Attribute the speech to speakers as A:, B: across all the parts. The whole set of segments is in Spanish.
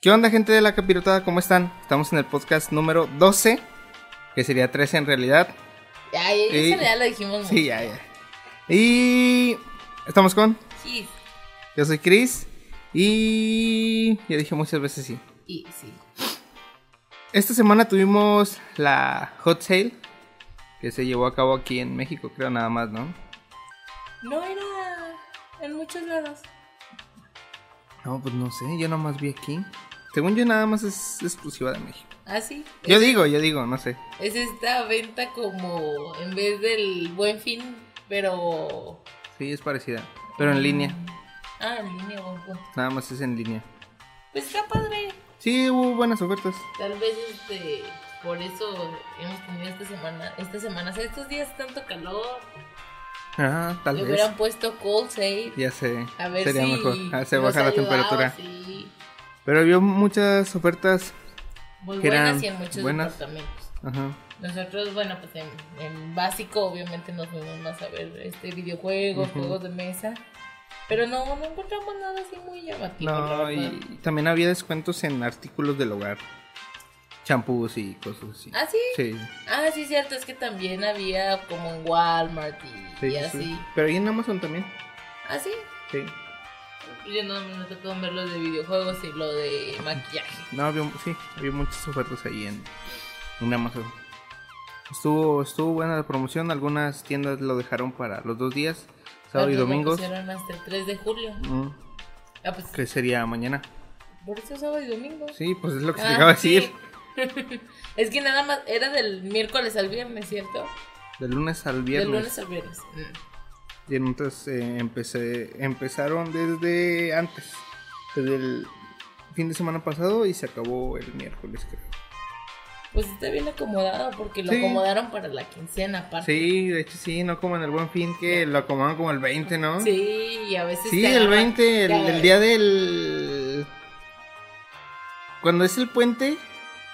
A: ¿Qué onda gente de la capirotada? ¿Cómo están? Estamos en el podcast número 12, que sería 13 en realidad.
B: Ya, ya, ya,
A: Sí.
B: eso ya lo dijimos.
A: Sí, ya, ya. Y estamos con,
B: Sí,
A: yo soy Chris y ya dije muchas veces sí.
B: y sí.
A: Esta semana tuvimos la Hot Sale, que se llevó a cabo aquí en México, creo nada más, ¿no?
B: No era en muchos lados.
A: No, pues no sé, yo nada más vi aquí. Según yo nada más es exclusiva de México.
B: Ah, sí.
A: Yo digo, yo digo, no sé.
B: Es esta venta como en vez del buen fin, pero.
A: Sí, es parecida, pero en línea,
B: Ah, en línea, buen punto.
A: nada más es en línea.
B: Pues está padre.
A: Sí, hubo buenas ofertas.
B: Tal vez este. Por eso hemos tenido esta semana, estas semanas, estos días tanto calor.
A: Ah, tal
B: Le
A: vez.
B: hubieran puesto cold save.
A: Ya sé.
B: A ver
A: sería
B: si
A: mejor. Ah, se
B: nos
A: baja la
B: ayudaba,
A: temperatura.
B: Sí.
A: Pero vio muchas ofertas.
B: Muy
A: Que eran
B: buenas y en muchos
A: buenas.
B: departamentos.
A: Ajá.
B: Nosotros, bueno, pues en, en básico obviamente nos fuimos más a ver este videojuegos,
A: Ujú.
B: juegos de mesa. Pero no, no encontramos nada así muy llamativo. la
A: No,
B: verdad.
A: y también había descuentos en artículos del hogar. Champús y cosas así.
B: ¿Ah, sí?
A: Sí,
B: Ah, sí, cierto, es que también había como en Walmart y,
A: sí,
B: y
A: sí, sí.
B: así.
A: Pero ahí en Amazon también.
B: ¿Ah, sí?
A: Sí.
B: Yo no me tocó ver lo de videojuegos y lo de maquillaje.
A: No, había, sí, había muchas ofertas ahí en, en Amazon. Estuvo, estuvo buena la promoción. Algunas tiendas lo dejaron para los dos días, sábado y
B: Otros lo
A: domingos.
B: pusieron hasta el 3 de julio.
A: Mm,
B: Ah, pues
A: que sería mañana.
B: por eso sábado y domingo.
A: Sí, pues es lo que
B: Ah,
A: te acabo de
B: sí.
A: decir.
B: es que nada más era del miércoles al viernes, ¿cierto?
A: De lunes al
B: Del
A: viernes.
B: lunes al viernes. Mm.
A: Y entonces eh, empecé, empezaron desde antes, desde el fin de semana pasado y se acabó el miércoles, creo.
B: Pues está bien acomodado porque lo
A: Sí.
B: acomodaron para la quincena aparte.
A: Sí, de hecho sí, no como en el buen fin que lo acomodaron como el 20, ¿no?
B: Sí, y a veces.
A: Sí,
B: te
A: el
B: agarran-
A: 20, el,
B: te agarran-
A: el día del... Cuando es el puente,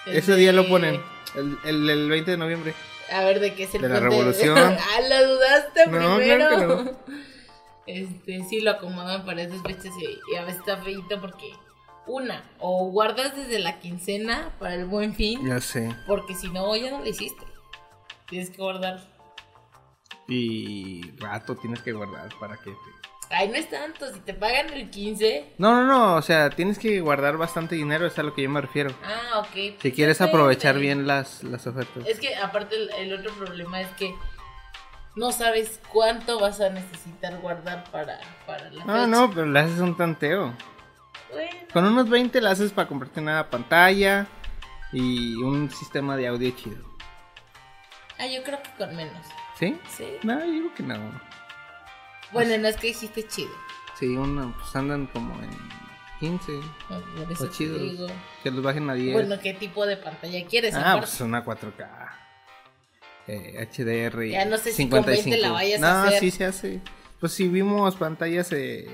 B: el
A: ese día lo
B: de-
A: ponen, el, el, el 20 de noviembre.
B: A ver, ¿de qué es el
A: De la
B: puente?
A: Revolución.
B: ah, lo dudaste
A: No, claro
B: primero.
A: que
B: Este, sí, lo acomodan para esas fechas y, y a veces está feito porque, una, o guardas desde la quincena para el buen fin,
A: Ya sé.
B: porque si no, ya no lo hiciste. Tienes que guardar.
A: Y rato tienes que guardar para que te...
B: Ay, no es tanto, si te pagan el 15.
A: No, no, no, o sea, tienes que guardar bastante dinero, es a lo que yo me refiero.
B: Ah, ok.
A: Si quieres
B: Espérate.
A: aprovechar bien las, las ofertas.
B: Es que aparte el, el otro problema es que no sabes cuánto vas a necesitar guardar para, para la
A: No,
B: fecha.
A: Ah, no, pero le haces un tanteo.
B: Bueno,
A: Con unos 20 la haces para comprarte una pantalla y un sistema de audio chido.
B: ah, yo creo que con menos.
A: ¿Sí?
B: Sí.
A: No, yo digo que no.
B: Bueno, no es que dijiste chido.
A: Sí, uno, pues andan como en 15.
B: No, por eso
A: Está
B: te
A: Pues chido.
B: digo.
A: Que los bajen a 10.
B: Bueno, ¿qué tipo de pantalla quieres?
A: ah,
B: aparte?
A: pues una 4K. eh, HDR. y
B: Ya no sé si con 20 la vayas a
A: No,
B: hacer.
A: sí se hace. Pues sí vimos pantallas eh,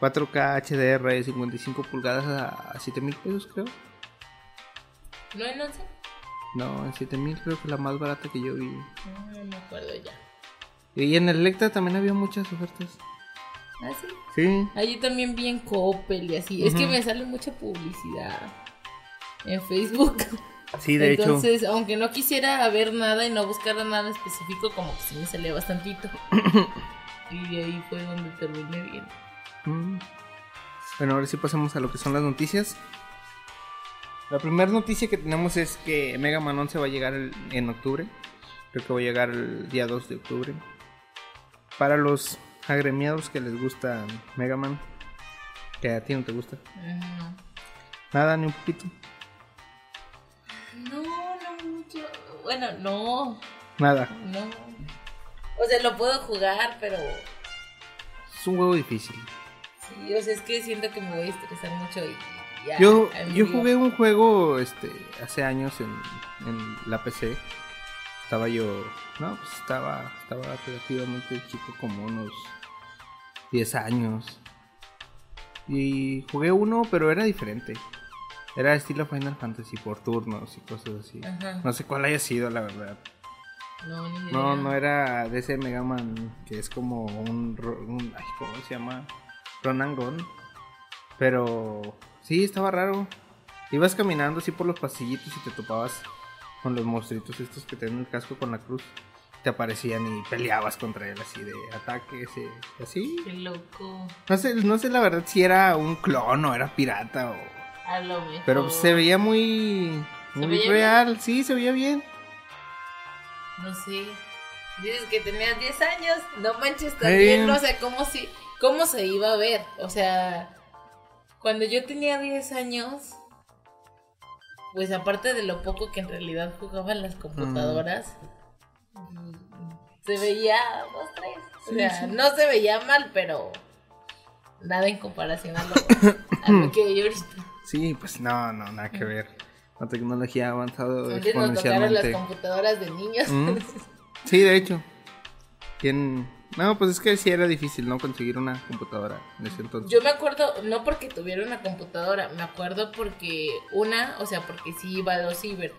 A: 4K HDR de 55 pulgadas a, a 7 mil pesos, creo. pues.
B: No, en 11.
A: No, en 7000 creo que la más barata que yo vi.
B: No, no me acuerdo ya.
A: Y en Electra también había muchas ofertas.
B: Ah, sí.
A: Sí.
B: Ah, yo también vi en Coppel y así. Es que
A: Ujú.
B: me sale mucha publicidad en Facebook.
A: Sí, de hecho.
B: Entonces, aunque no quisiera ver nada y no buscara nada específico, como que sí me salía bastantito. y de ahí fue donde terminé bien.
A: Mm. Bueno, ahora sí pasamos a lo que son las noticias. La primera noticia que tenemos es que Mega Man 11 va a llegar el- en octubre. Creo que va a llegar el día 2 de octubre. Para los agremiados que les gusta Mega Man, que a ti no te gusta.
B: Ajá.
A: Nada, ni un poquito.
B: No, no mucho. Bueno, no,
A: Nada.
B: no. O sea, lo puedo jugar, pero
A: Es un juego difícil.
B: sí, o sea, es que siento que me voy a estresar mucho y y ya.
A: Yo,
B: a mí
A: yo
B: digo,
A: jugué un juego este, hace años en, en la PC. Estaba yo. No, pues estaba, estaba relativamente chico, como unos 10 años. Y jugué uno, pero era diferente. Era estilo Final Fantasy por turnos y cosas así.
B: Ajá.
A: No sé cuál haya sido, la verdad.
B: No, ni idea.
A: No, no era de ese Mega Man que es como un, ro- un- ay, ¿cómo se llama? Ronan Gon. Pero sí, estaba raro. Ibas caminando así por los pasillitos y te topabas con los monstruitos estos que tienen el casco con la cruz. Te aparecían y peleabas contra él así de ataques, eh, así.
B: Qué loco.
A: No sé, no sé la verdad si era un clon o era pirata o...
B: A lo mejor.
A: Pero pues, se veía muy,
B: Oh. Se
A: muy
B: veía
A: real, sí, se veía bien.
B: No sé. Dices que tenías 10 años. No manches,
A: Sí.
B: también. No sé cómo, si, cómo se iba a ver. O sea, cuando yo tenía 10 años, pues aparte de lo poco que en realidad jugaban las computadoras, se veía dos, tres. O
A: Sí,
B: sea,
A: sí.
B: no se veía mal, pero nada en comparación a lo, a lo que hay ahorita.
A: Sí, pues no, no, nada
B: Mm.
A: que ver. La tecnología ha avanzado
B: Antes nos tocaron las
A: exponencialmente.
B: computadoras de niños.
A: Mm. Sí, de hecho. Bien. No, pues es que sí era difícil, ¿no? Conseguir una computadora en ese entonces.
B: Yo me acuerdo, no porque tuviera una computadora, me acuerdo porque una, o sea, porque sí iba a los ciber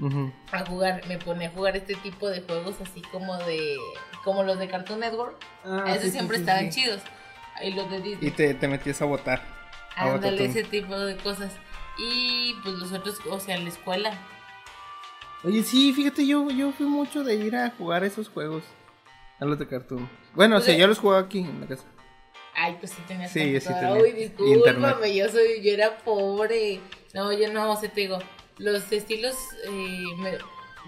A: Ujú.
B: a jugar, me ponía a jugar este tipo de juegos así como de, como los de Cartoon Network, esos
A: Ah, sí, sí,
B: siempre
A: sí,
B: estaban
A: sí.
B: chidos, y los de Disney,
A: Y te, te metías a votar. a
B: ándale,
A: Botatún.
B: ese tipo de cosas, y pues los otros, o sea, la escuela,
A: Oye, sí, fíjate, yo, yo fui mucho de ir a jugar esos juegos. A los de cartoon. Bueno, o sea,
B: Pues De-
A: yo los jugaba aquí en la casa.
B: ay, pues sí tenías
A: Sí, yo sí
B: computadora,
A: tenía.
B: uy, discúlpame,
A: Internet.
B: yo soy, yo era pobre, no, yo no, o sea, te digo, los estilos, eh, me-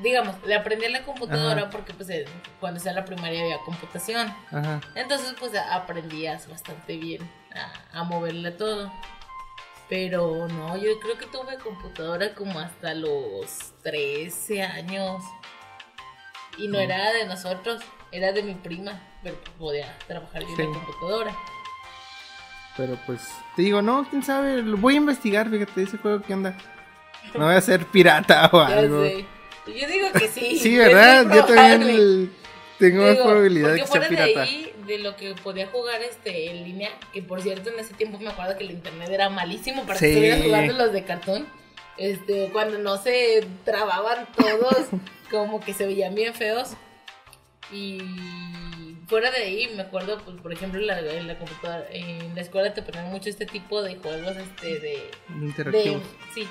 B: digamos, le aprendí a la computadora
A: Ajá.
B: porque pues eh, cuando estaba en la primaria había computación.
A: Ajá.
B: Entonces pues a- aprendías bastante bien a, a moverle todo. Pero no, yo creo que tuve computadora como hasta los 13 años. Y no
A: Mm.
B: era de nosotros, era de mi prima, pero podía trabajar yo en
A: Sí.
B: la computadora.
A: Pero pues, te digo, no, quién sabe, lo voy a investigar, fíjate, ese juego que anda. No voy a ser pirata o
B: Ya
A: algo.
B: sé. Yo digo que sí.
A: Sí,
B: es muy
A: ¿verdad? Yo también
B: probable.
A: el- tengo más
B: Digo,
A: probabilidad de
B: porque
A: que sea
B: fuera
A: pirata.
B: De ahí, de lo que podía jugar este en línea, que por cierto en ese tiempo me acuerdo que el internet era malísimo para
A: Sí.
B: que estuvieran jugando los de cartón. Este, cuando no se trababan todos, como que se veían bien feos. Y fuera de ahí, me acuerdo, pues, por ejemplo, la- en, la computadora, en la escuela te ponían mucho este tipo de juegos este, de, de
A: Interactivos.
B: sí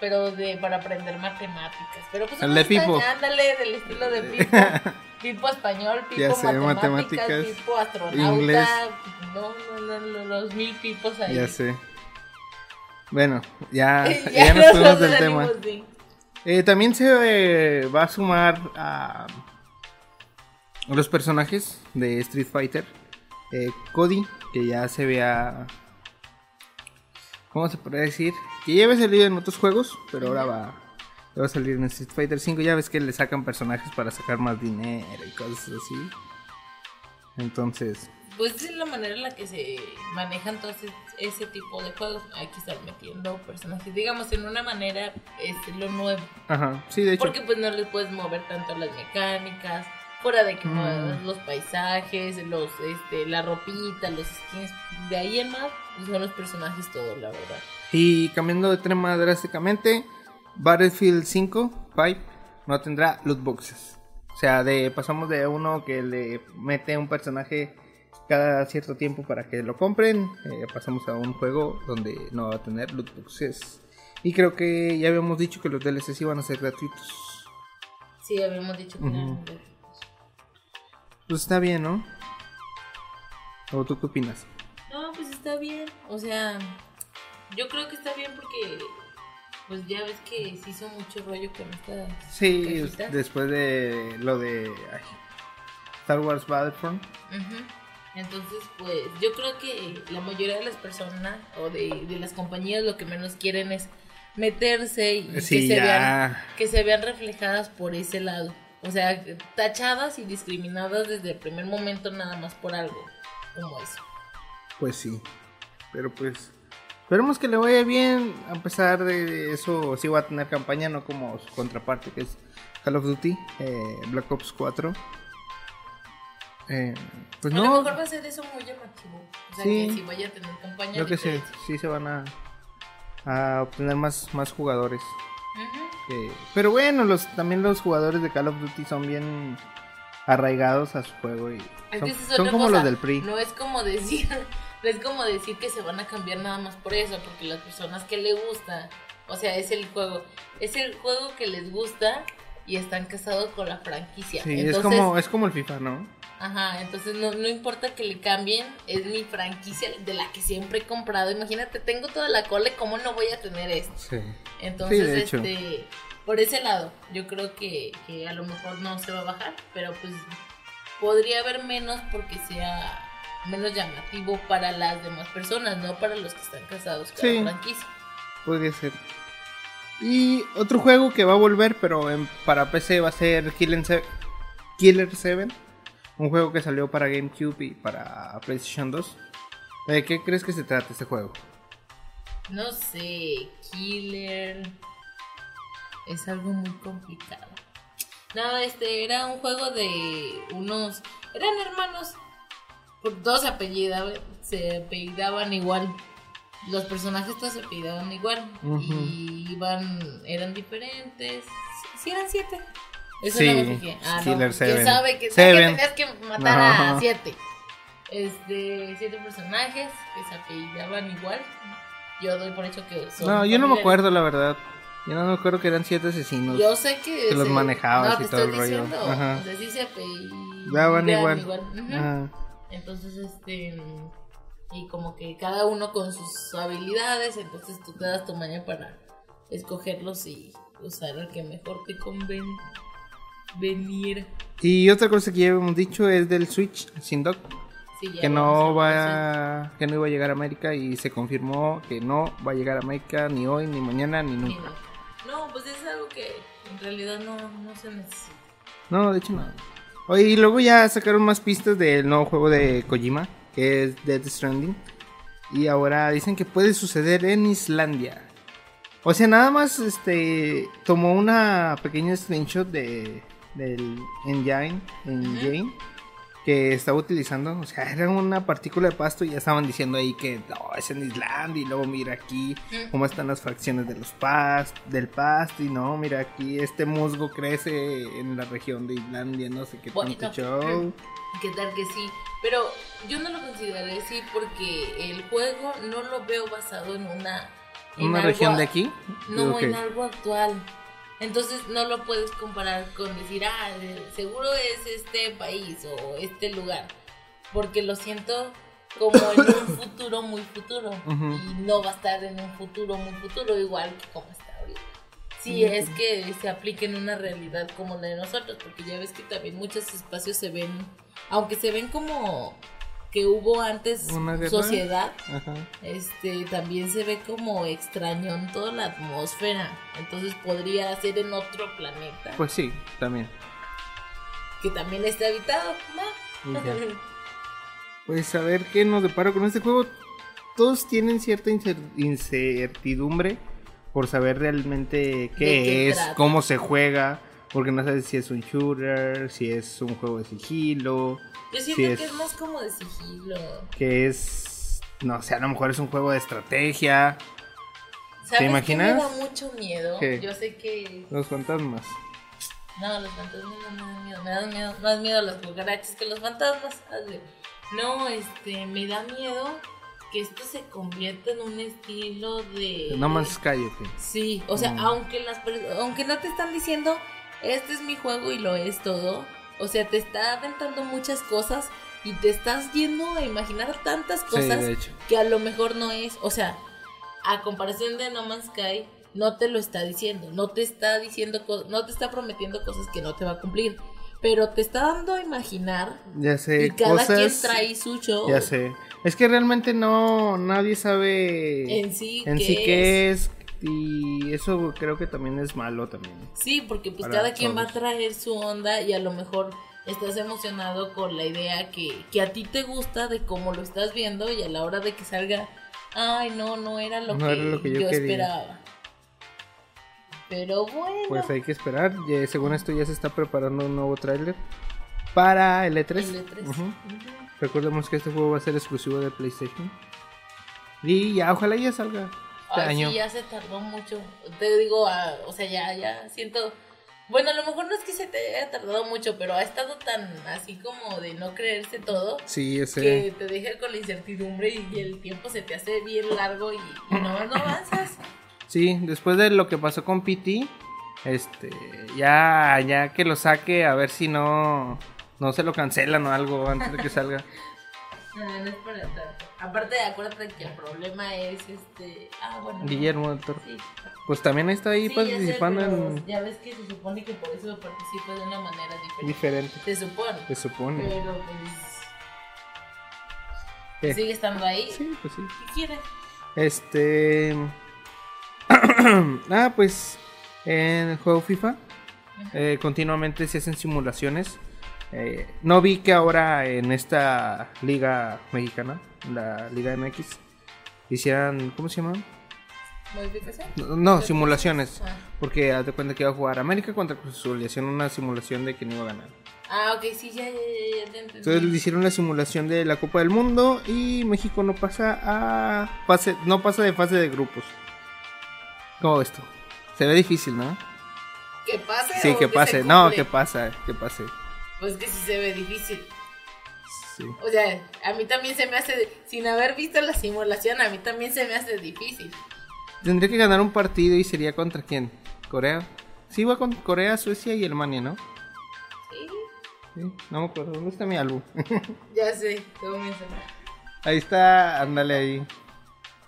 B: pero de para aprender matemáticas pero pues
A: El
B: uno
A: de
B: está-
A: Pipo.
B: ándale del estilo de pipo pipo español pipo
A: Ya sé,
B: matemáticas,
A: matemáticas,
B: pipo astronauta
A: inglés.
B: no no no no, los mil pipos ahí
A: Ya sé. Bueno, ya,
B: Ya
A: ya, nos fuimos del tema.
B: salimos de-
A: Eh, también se eh, va a sumar a los personajes de Street Fighter. Eh, Cody, que ya se vea... ¿Cómo se podría decir? Que ya había salido en otros juegos, pero ahora va, ya va a salir en Street Fighter 5. Ya ves que le sacan personajes para sacar más dinero y cosas así. Entonces,
B: pues es la manera en la que se manejan todos ese, ese tipo de juegos hay que estar metiendo personajes digamos en una manera este lo nuevo
A: ajá, sí, de hecho.
B: Porque pues no les puedes mover tanto las mecánicas, fuera de que
A: Mm.
B: muevas los paisajes, los este, la ropita, los skins, de ahí en más, pues, son los personajes todos, la verdad.
A: Y cambiando de tema drásticamente, Battlefield 5, Pipe, no tendrá loot boxes. O sea, de, pasamos de uno que le mete un personaje cada cierto tiempo para que lo compren, eh, pasamos a un juego donde no va a tener loot boxes. Y creo que ya habíamos dicho que los DLCs iban a ser gratuitos.
B: Sí, habíamos dicho que eran-
A: Pues está bien, ¿no? ¿O tú qué opinas?
B: No, pues está bien. O sea, yo creo que está bien porque pues ya ves que se hizo mucho rollo con esta
A: Sí,
B: cajita.
A: después de lo de ay, Star Wars Battlefront.
B: Ujú. Entonces, pues yo creo que la mayoría de las personas o de, de las compañías lo que menos quieren es meterse y
A: Eh, Sí,
B: que, se
A: ya.
B: vean, que se vean reflejadas por ese lado. O sea, tachadas y discriminadas desde el primer momento nada más por algo como eso.
A: Pues sí. Pero pues. Esperemos que le vaya bien. A pesar de eso, sí va a tener campaña, no como su contraparte, que es Call of Duty, eh, Black Ops 4. Eh, pues
B: a
A: no.
B: lo mejor va a ser eso muy llamativo. O sea,
A: Sí.
B: que si vaya a tener compañía.
A: Creo que sí,
B: diferente.
A: sí se van a, a obtener más, más jugadores.
B: Ujú.
A: Eh, pero bueno, los, también los jugadores de Call of Duty son bien arraigados a su juego y
B: Es
A: son,
B: que esa es
A: son
B: otra
A: como
B: cosa.
A: los del PRI.
B: No es como decir, no es como decir que se van a cambiar nada más por eso, porque las personas que le gusta, O sea, es el juego. Es el juego que les gusta y están casados con la franquicia.
A: Sí,
B: entonces,
A: es, como, es como el FIFA, ¿no?
B: Ajá, entonces no, no importa que le cambien, es mi franquicia de la que siempre he comprado. Imagínate, tengo toda la cole, ¿cómo no voy a tener esto?
A: Sí. Sí, de
B: Entonces,
A: hecho.
B: este, por ese lado, yo creo que, que a lo mejor no se va a bajar, pero pues podría haber menos porque sea menos llamativo para las demás personas, no para los que están casados con
A: Sí.
B: la franquicia.
A: Podría ser. Y otro juego que va a volver, pero en- para PC va a ser Killen Se- Killer 7. Un juego que salió para GameCube y para PlayStation 2. ¿De qué crees que se trata este juego?
B: No sé, Killer. Es algo muy complicado. No, este era un juego de unos. Eran hermanos. Por dos apellidos se apellidaban igual. Los personajes todos se apellidaban igual.
A: Ujú.
B: Y iban. eran diferentes. Sí, eran siete. Eso
A: Sí,
B: no me fijé. Ah, no.
A: Killer Seven.
B: ¿Quién sabe que,
A: Seven.
B: que tenías que matar
A: No.
B: a siete? Este, siete personajes que se apellidaban igual. Yo doy por hecho que son.
A: no, yo no me
B: familiares.
A: acuerdo, la verdad. Yo no me acuerdo que eran siete asesinos.
B: Yo sé que.
A: que los
B: se-
A: manejabas
B: no, te
A: y todo el
B: estoy
A: rollo.
B: Diciendo,
A: Ajá.
B: O sea, sí se apellidaban
A: Daban igual.
B: Ujú.
A: Ah,
B: Entonces, este. Y como que cada uno con sus habilidades. Entonces tú te das tu maña para escogerlos y usar el que mejor te conveniera.
A: Y otra cosa que ya habíamos dicho es del Switch sin dock.
B: Sí, ya
A: que no
B: vamos a
A: va que no iba a llegar a América y se confirmó que no va a llegar a América ni hoy ni mañana ni
B: Sí,
A: nunca.
B: No, No, pues es algo que en realidad no, no se necesita.
A: No, de hecho no. Oye, y luego ya sacaron más pistas del nuevo juego de Kojima, que es Death Stranding. Y ahora dicen que puede suceder en Islandia. O sea, nada más este tomó una pequeña screenshot de del engine, engine que estaba utilizando, o sea, era una partícula de pasto y ya estaban diciendo ahí que no, es en Islandia y luego mira aquí
B: Ujú.
A: cómo están las fracciones de los past, del pasto y no, mira aquí este musgo crece en la región de Islandia, no sé qué
B: Bonito. Mm.
A: tanto show.
B: ¿Qué tal que sí? Pero yo no lo consideré sí porque el juego no lo veo basado en una... en
A: ¿Una
B: algo
A: región
B: a-
A: de aquí?
B: No,
A: Ok.
B: en algo actual. Entonces no lo puedes comparar con decir, ah, eh, seguro es este país o este lugar. Porque lo siento como en un futuro muy futuro.
A: Ujú.
B: Y no va a estar en un futuro muy futuro igual que como está ahorita. Si es que se aplique en una realidad como la de nosotros, porque ya ves que también muchos espacios se ven, aunque se ven como que hubo antes
A: Una guerra.
B: sociedad,
A: Ajá.
B: este, también se ve como extrañón toda la atmósfera. Entonces podría ser en otro planeta
A: Pues sí, también.
B: que también esté habitado, ¿no?
A: Y ya. Pues a ver qué nos deparo con este juego. Todos tienen cierta incer- incertidumbre por saber realmente qué,
B: ¿De qué
A: es,
B: trata?
A: cómo se juega, porque no sabes si es un shooter, si es un juego de sigilo,
B: Yo
A: Sí,
B: siento que
A: es-
B: es más como de sigilo.
A: que es, no sé, a lo mejor es un juego de estrategia,
B: ¿Sabes qué
A: imaginas?
B: Me da mucho miedo.
A: ¿Qué?
B: Yo sé que
A: los fantasmas.
B: No, los fantasmas no me dan miedo. Me dan miedo, más miedo los cucarachas que los fantasmas. hazle. No, este, me da miedo que esto se convierta en un estilo de.
A: No más cállate.
B: Sí, o sea,
A: Mm.
B: aunque, las, per- aunque no te están diciendo, este es mi juego y lo es todo. O sea, te está aventando muchas cosas y te estás yendo a imaginar tantas
A: Sí,
B: cosas
A: de hecho.
B: que a lo mejor no es, o sea, a comparación de No Man's Sky, no te lo está diciendo, no te está diciendo, co- no te está prometiendo cosas que no te va a cumplir, pero te está dando a imaginar
A: Ya sé,
B: y cada quien
A: cosas.
B: trae su show
A: Ya sé. Es que realmente no, nadie sabe
B: en sí,
A: en
B: que
A: sí
B: es.
A: que es. Y eso creo que también es malo también.
B: Sí, porque pues
A: Para
B: cada quien va a
A: todos.
B: traer su onda y a lo mejor estás emocionado con la idea que, que a ti te gusta de cómo lo estás viendo y a la hora de que salga, ay no, no era lo,
A: No
B: que,
A: era lo que yo
B: yo,
A: quería".
B: esperaba. Pero bueno.
A: Pues hay que esperar. Ya, según esto ya se está preparando un nuevo tráiler para el E3.
B: El E E3.
A: Ujú.
B: Ujú.
A: Recordemos que este juego va a ser exclusivo de PlayStation. Y ya, ojalá ya salga este
B: Ay,
A: año.
B: sí, ya se tardó mucho. Te digo, ah, o sea, ya, ya siento. Bueno, a lo mejor no es que se te haya tardado mucho, pero ha estado tan así como de no creerse todo
A: Sí, ese.
B: que te deja con la incertidumbre y el tiempo se te hace bien largo y, y no, no avanzas.
A: Sí, después de lo que pasó con PT, este, ya, ya que lo saque, a ver si no, no se lo cancelan o algo antes de que salga.
B: No, no es para tanto. Aparte, acuérdate que el problema es este. Ah, bueno. no.
A: Guillermo del Toro.
B: Sí.
A: Pues también está ahí
B: Sí, ya sé,
A: participando
B: pero
A: en
B: Ya ves que se supone que por eso participa de una manera diferente.
A: diferente,
B: Se supone.
A: se supone.
B: Pero pues.
A: ¿Qué?
B: Sigue estando ahí.
A: Sí, pues sí.
B: ¿Qué quieres?
A: Este. ah, pues. En el juego FIFA. eh, continuamente se hacen simulaciones. Eh, no vi que ahora en esta liga mexicana, la Liga MX, hicieran. ¿Cómo se llama?
B: ¿Modificación?
A: No, no, simulaciones.
B: Ah.
A: Porque haz de cuenta que iba a jugar América contra Cruz Azul y hacían una simulación de que no iba a ganar.
B: Ah, ok, sí, ya, ya, ya, ya te entendí.
A: Entonces le hicieron la simulación de la Copa del Mundo y México no pasa a fase, no pasa de fase de grupos. ¿Cómo ves tú? Se ve difícil, ¿no?
B: Que pase.
A: Sí,
B: o
A: que
B: se
A: pase. No,
B: cumple?
A: que pasa, que pase.
B: Pues que sí se ve difícil.
A: Sí.
B: O sea, a mí también se me hace. Sin haber visto la simulación, a mí también se me hace difícil.
A: Tendría que ganar un partido y sería contra quién? Corea. Sí, va con Corea, Suecia y Alemania, ¿no?
B: Sí,
A: Sí, no me acuerdo. ¿Dónde está mi álbum?
B: ya sé, todo me suena.
A: ahí está, ándale ahí.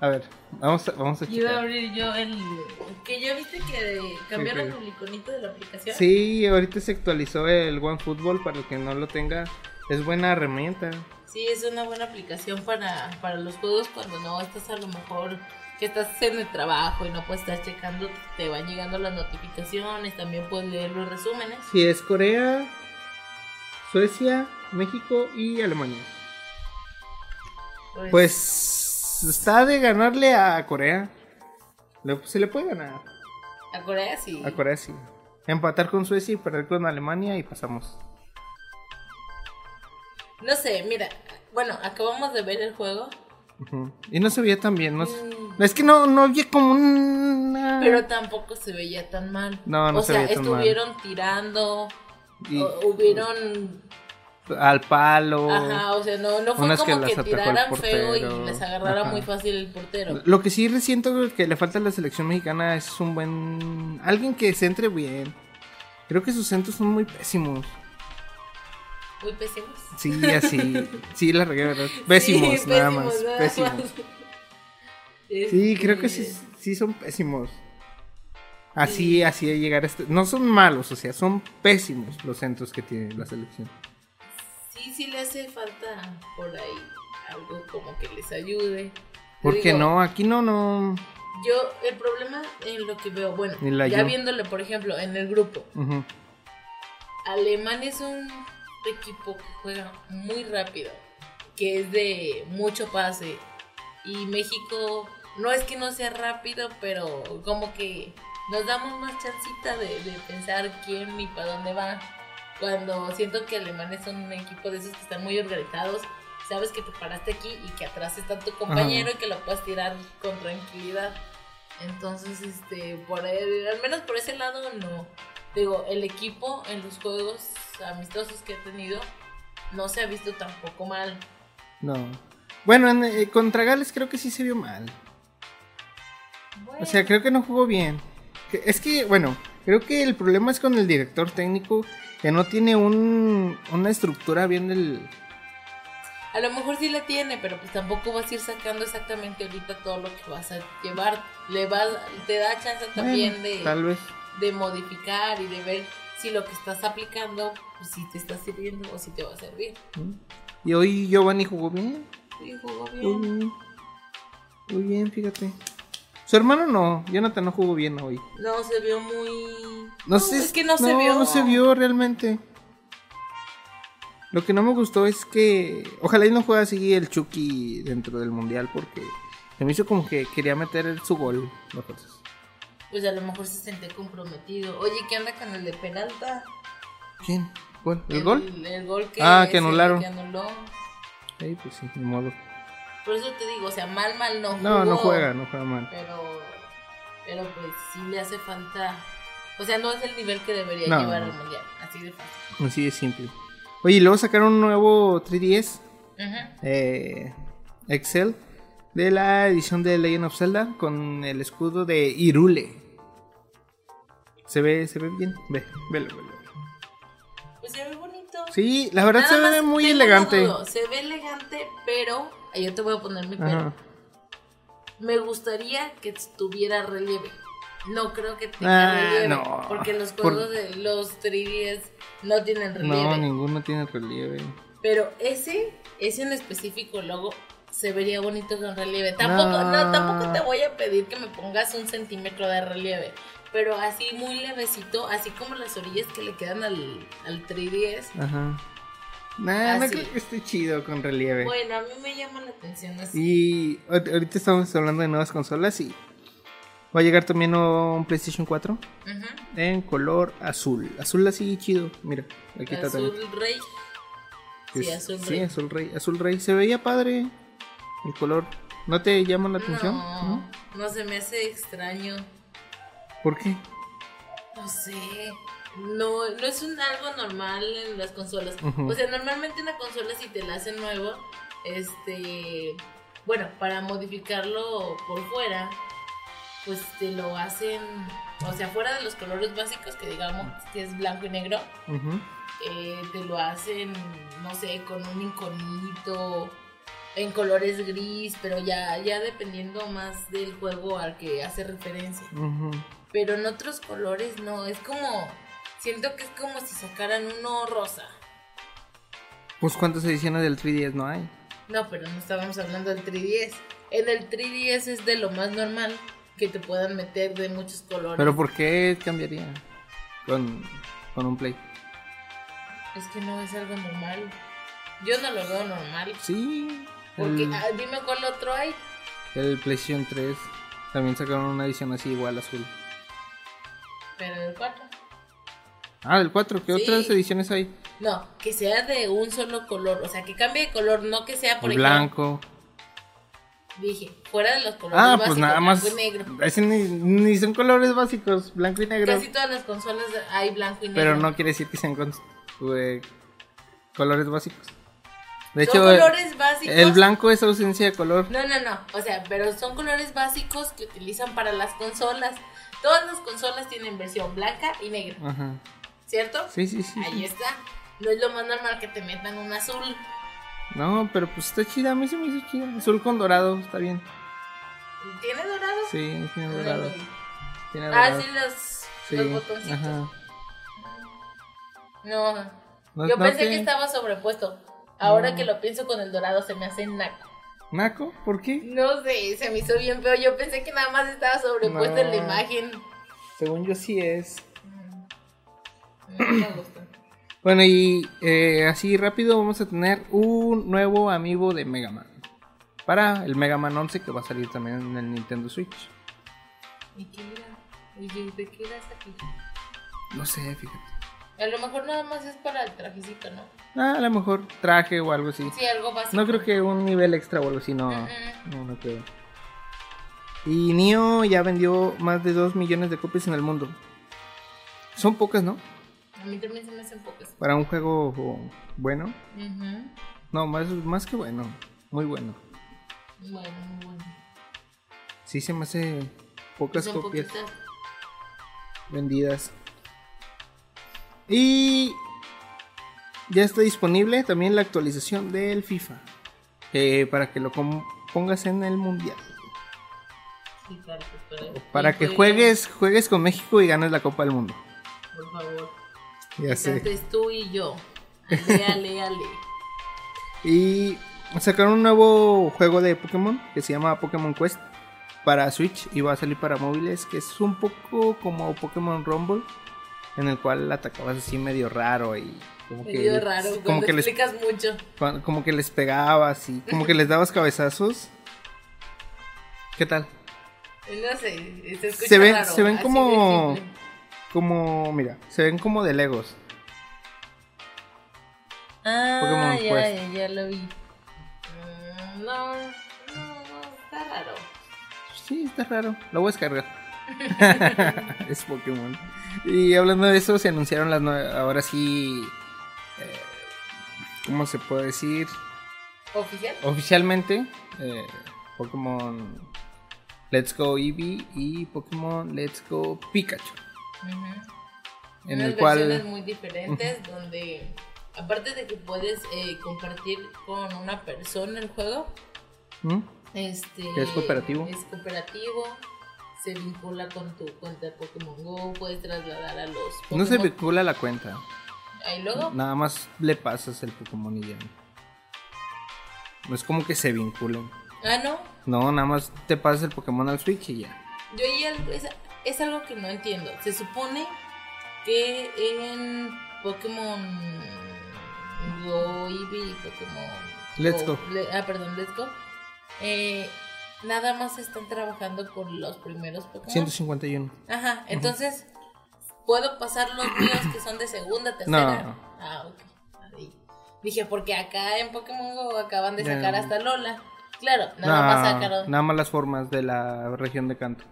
A: A ver, vamos a, vamos a
B: Y Iba a
A: checar.
B: abrir yo el. Que ya viste que cambiaron
A: pero-
B: el iconito de la aplicación.
A: Sí, ahorita se actualizó el OneFootball para el que no lo tenga. Es buena herramienta.
B: Sí, es una buena aplicación para, para los juegos cuando no estás a lo mejor que estás en el trabajo y no puedes estar checando, te van llegando las notificaciones, también puedes leer los resúmenes.
A: Sí, es Corea, Suecia, México y Alemania. Pues está de ganarle a Corea. Le- se le puede ganar.
B: A Corea sí.
A: A Corea sí. Empatar con Suecia y perder con Alemania y pasamos.
B: No sé, mira, bueno, acabamos de ver el juego,
A: Ujú. Y no se veía tan bien. No se-
B: Mm.
A: Es que no, no había como una...
B: pero tampoco se veía tan mal.
A: No, no
B: o
A: se
B: sea,
A: veía tan mal.
B: estuvieron tirando,
A: Y-
B: o- hubieron
A: Al palo.
B: Ajá, o sea, no, no fue
A: Unas que
B: como que,
A: las atajó el
B: tiraran feo y
A: portero.
B: les agarrara
A: Ajá.
B: muy fácil el portero.
A: Lo que sí siento que le falta a la selección mexicana es un buen... Alguien que se entre bien. Creo que sus centros son muy pésimos.
B: Muy pésimos.
A: Sí, así. Sí, la regué, ¿verdad? Pésimos,
B: Sí,
A: nada
B: pésimos,
A: más.
B: nada
A: pésimos.
B: más.
A: Sí,
B: Este,
A: creo que sí, sí son pésimos. Así, así de llegar a este. No son malos, o sea, son pésimos los centros que tiene la selección.
B: Sí, sí le hace falta por ahí algo como que les ayude.
A: Porque
B: Digo,
A: no, aquí no, no.
B: Yo, el problema en lo que veo, bueno,
A: Ni la
B: ya
A: yo.
B: viéndole, por ejemplo, en el grupo,
A: Ujú.
B: Alemania es un equipo que juega muy rápido, que es de mucho pase. Y México, no es que no sea rápido, pero como que nos damos más chancita de, de pensar quién y para dónde va. Cuando siento que Alemania son un equipo de esos que están muy organizados, sabes que te paraste aquí y que atrás está tu compañero y que lo puedes tirar con tranquilidad. Entonces, este, por el- al menos por ese lado no. Digo, el equipo en los juegos amistosos que he tenido no se ha visto tampoco mal.
A: No. Bueno, en- eh, contra Gales creo que sí se vio mal. O sea, creo que no jugó bien. Que- Es que, bueno, creo que el problema es con el director técnico que no tiene un, una estructura bien del.
B: A lo mejor sí la tiene, pero pues tampoco vas a ir sacando exactamente ahorita todo lo que vas a llevar. Le vas, te da chance también
A: Bueno,
B: de,
A: Tal vez.
B: de modificar y de ver si lo que estás aplicando, pues, si te está sirviendo o si te va a servir.
A: Y hoy Giovanni jugó bien.
B: Y jugó
A: Muy
B: bien.
A: bien. Muy bien, fíjate. Su hermano no, Jonathan no jugó bien hoy.
B: No se vio muy.
A: No, sé,
B: es que no, se vio.
A: No se vio realmente. Lo que no me gustó es que. Ojalá y no juegue así el Chucky dentro del mundial porque se me hizo como que quería meter su gol. no cosas.
B: Pues a lo mejor se sentía comprometido. Oye, ¿qué onda con el de Peralta?
A: ¿Quién? ¿Cuál? ¿El, gol?
B: El gol que,
A: Ah, que
B: se-
A: anularon.
B: que anuló.
A: Ey, pues sí, ni modo.
B: Por eso te digo, o sea, mal, mal no.
A: No, no
B: jugó,
A: juega, no juega mal.
B: Pero, pero pues sí le hace falta. O sea, no es el nivel que debería
A: No.
B: llevar al mundial. Así de fácil.
A: Así de simple. Oye, y luego sacaron un nuevo 3DS.
B: Ajá.
A: eh, Excel de la edición de Legend of Zelda con el escudo de Irule. Se ve, se ve bien, ve, velo, velo.
B: Pues se ve bonito.
A: Sí, la verdad
B: Nada
A: se ve
B: más
A: muy
B: tengo una
A: elegante.
B: duda, Se ve elegante, pero. ahí Yo te voy a poner mi pelo.
A: Ajá.
B: Me gustaría que tuviera relieve. No creo que tenga
A: Ah,
B: relieve.
A: no.
B: Porque los
A: Por-
B: juegos de los 3DS no tienen
A: No,
B: relieve.
A: ninguno tiene relieve.
B: Pero ese, ese en específico logo se vería bonito con relieve. Tampoco, no.
A: No.
B: tampoco te voy a pedir que me pongas un centímetro de relieve. Pero así muy levecito, así como las orillas que le quedan al, al 3DS.
A: Ajá. Nah, no
B: Así.
A: creo que esté chido con relieve.
B: Bueno, a mí me llama la atención así.
A: Y ahor- ahorita estamos hablando de nuevas consolas y va a llegar también un PlayStation 4
B: Ujú.
A: en color azul. Azul así chido. Mira, aquí está también.
B: Azul rey. Sí, azul
A: Sí,
B: rey.
A: azul rey. Azul rey. Se veía padre el color. ¿No te llama la atención?
B: No, no se me hace extraño.
A: ¿Por qué?
B: No sé. No, no es un algo normal en las consolas.
A: Ujú.
B: O sea, normalmente una consola si te la hacen nuevo, este, bueno, para modificarlo por fuera, pues te lo hacen, o sea, fuera de los colores básicos que digamos que es blanco y negro,
A: Ujú.
B: eh, te lo hacen, no sé, con un iconito, en colores gris, pero ya, ya dependiendo más del juego al que hace referencia
A: Ujú.
B: pero en otros colores no, es como, siento que es como si sacaran uno rosa.
A: Pues cuántas ediciones del 3DS no hay.
B: No, pero no estábamos hablando del 3DS. En el 3DS es de lo más normal que te puedan meter de muchos colores.
A: Pero ¿por qué cambiaría con, con un Play?
B: Es que no es algo normal. Yo no lo veo normal.
A: Sí.
B: Porque,
A: el-
B: ah, dime cuál otro hay.
A: El PlayStation 3 también sacaron una edición así igual azul.
B: Pero el 4.
A: Ah, del 4, ¿qué
B: Sí.
A: otras ediciones hay?
B: No, que sea de un solo color. O sea, que cambie de color, no que sea por
A: El
B: ejemplo,
A: blanco.
B: Dije, fuera de los colores
A: Ah,
B: básicos,
A: pues nada más.
B: blanco y negro.
A: Ese ni, ni son colores básicos, blanco y negro.
B: Casi todas las consolas hay blanco y negro.
A: Pero no quiere decir que sean cons- eh, colores básicos. De
B: Son
A: hecho, el-
B: colores básicos.
A: el blanco es ausencia de color.
B: No, no, no. O sea, pero son colores básicos que utilizan para las consolas. Todas las consolas tienen versión blanca y negra,
A: Ajá.
B: ¿cierto?
A: Sí, sí, sí.
B: Ahí
A: sí.
B: está. No es lo más normal que te metan un azul.
A: No, pero pues está chida, a mí se me hizo chida. Azul con dorado, está bien.
B: ¿Tiene dorado?
A: Sí, tiene
B: No,
A: dorado.
B: no.
A: Tiene
B: Ah,
A: dorado.
B: sí, los,
A: Sí,
B: los botoncitos.
A: ajá.
B: No.
A: No-
B: Yo
A: no
B: pensé
A: sé.
B: que estaba sobrepuesto. Ahora
A: No.
B: que lo pienso con el dorado se me hace naco.
A: ¿Naco? ¿Por qué?
B: No sé, se me hizo bien feo. Yo pensé que nada más estaba sobrepuesto
A: No.
B: en la imagen.
A: Según yo sí es.
B: No me gusta.
A: Bueno, y eh, así rápido vamos a tener un nuevo amigo de Mega Man. Para el Mega Man 11 que va a salir también en el Nintendo Switch.
B: ¿Y qué era? ¿Y de qué era esta pija?
A: No sé, fíjate.
B: A lo mejor nada más es para el trajecito, ¿no?
A: Ah, a lo mejor traje o algo así.
B: Sí, algo básico.
A: No creo que un nivel extra o algo así, no.
B: Ujú.
A: No, no creo. Y Nio ya vendió más de 2 millones de copias en el mundo. Son pocas, ¿no?
B: A mí también se me hacen pocas.
A: Para un juego o, bueno.
B: Ujú.
A: No, más, más que bueno. Muy bueno.
B: Bueno, muy bueno.
A: Sí se me hace pocas
B: Son
A: Pues copias.
B: poquitas.
A: vendidas. Y ya está disponible también la actualización del FIFA. eh, para que lo com- pongas en el mundial.
B: Sí, claro, pues, para,
A: Para que juegues, juegues con México y ganes la Copa del Mundo.
B: Por favor.
A: Ya sé.
B: Antes tú y yo. Ale, ale, ale.
A: Y sacaron un nuevo juego de Pokémon que se llama Pokémon Quest para Switch y va a salir para móviles, que es un poco como Pokémon Rumble, en el cual atacabas así medio raro y como que pues,
B: Medio raro.
A: como
B: cuando
A: que les
B: explicas mucho.
A: Cuan- Como que les pegabas y como que les dabas cabezazos. ¿Qué tal?
B: Eh, No sé, se escucha
A: Se ven-
B: raro,
A: se ven
B: así
A: como-
B: de simple.
A: Como, mira, se ven como de Legos.
B: Ah,
A: Pokémon pues.
B: ya,
A: Quest.
B: ya, ya lo vi. Mm, No, no, no, está raro.
A: pues Sí, está raro. Lo voy a descargar. es Pokémon. Y hablando de eso, se anunciaron las nue- Ahora sí. eh, ¿Cómo se puede decir?
B: ¿Oficial?
A: Oficialmente. eh, Pokémon Let's Go Eevee y Pokémon Let's Go Pikachu.
B: Ujú.
A: En
B: Unas
A: el cual.
B: versiones muy diferentes donde aparte de que puedes eh, compartir con una persona el juego,
A: ¿Mm?
B: este
A: Que es cooperativo.
B: Es cooperativo. Se vincula con tu cuenta de Pokémon Go, puedes trasladar a los Pokémon.
A: No se vincula la cuenta.
B: Ahí luego.
A: Nada más le pasas el Pokémon y ya. No es como que se vinculen.
B: Ah, no.
A: No, nada más te pasas el Pokémon al Switch y ya.
B: Yo ahí algo- es, es algo que no entiendo. Se supone que en Pokémon Go, Eevee, y Pokémon.
A: Let's Go.
B: Le- ah, perdón, Let's Go. eh, nada más están trabajando con los primeros Pokémon.
A: 151.
B: Ajá, entonces puedo pasar los míos que son de segunda, tercera. Ah, ok. Ahí. Dije, porque acá en Pokémon Go acaban de
A: Ya.
B: sacar hasta Lola. Claro, nada más
A: Nada,
B: sacaron.
A: nada más las formas de la región de Canto.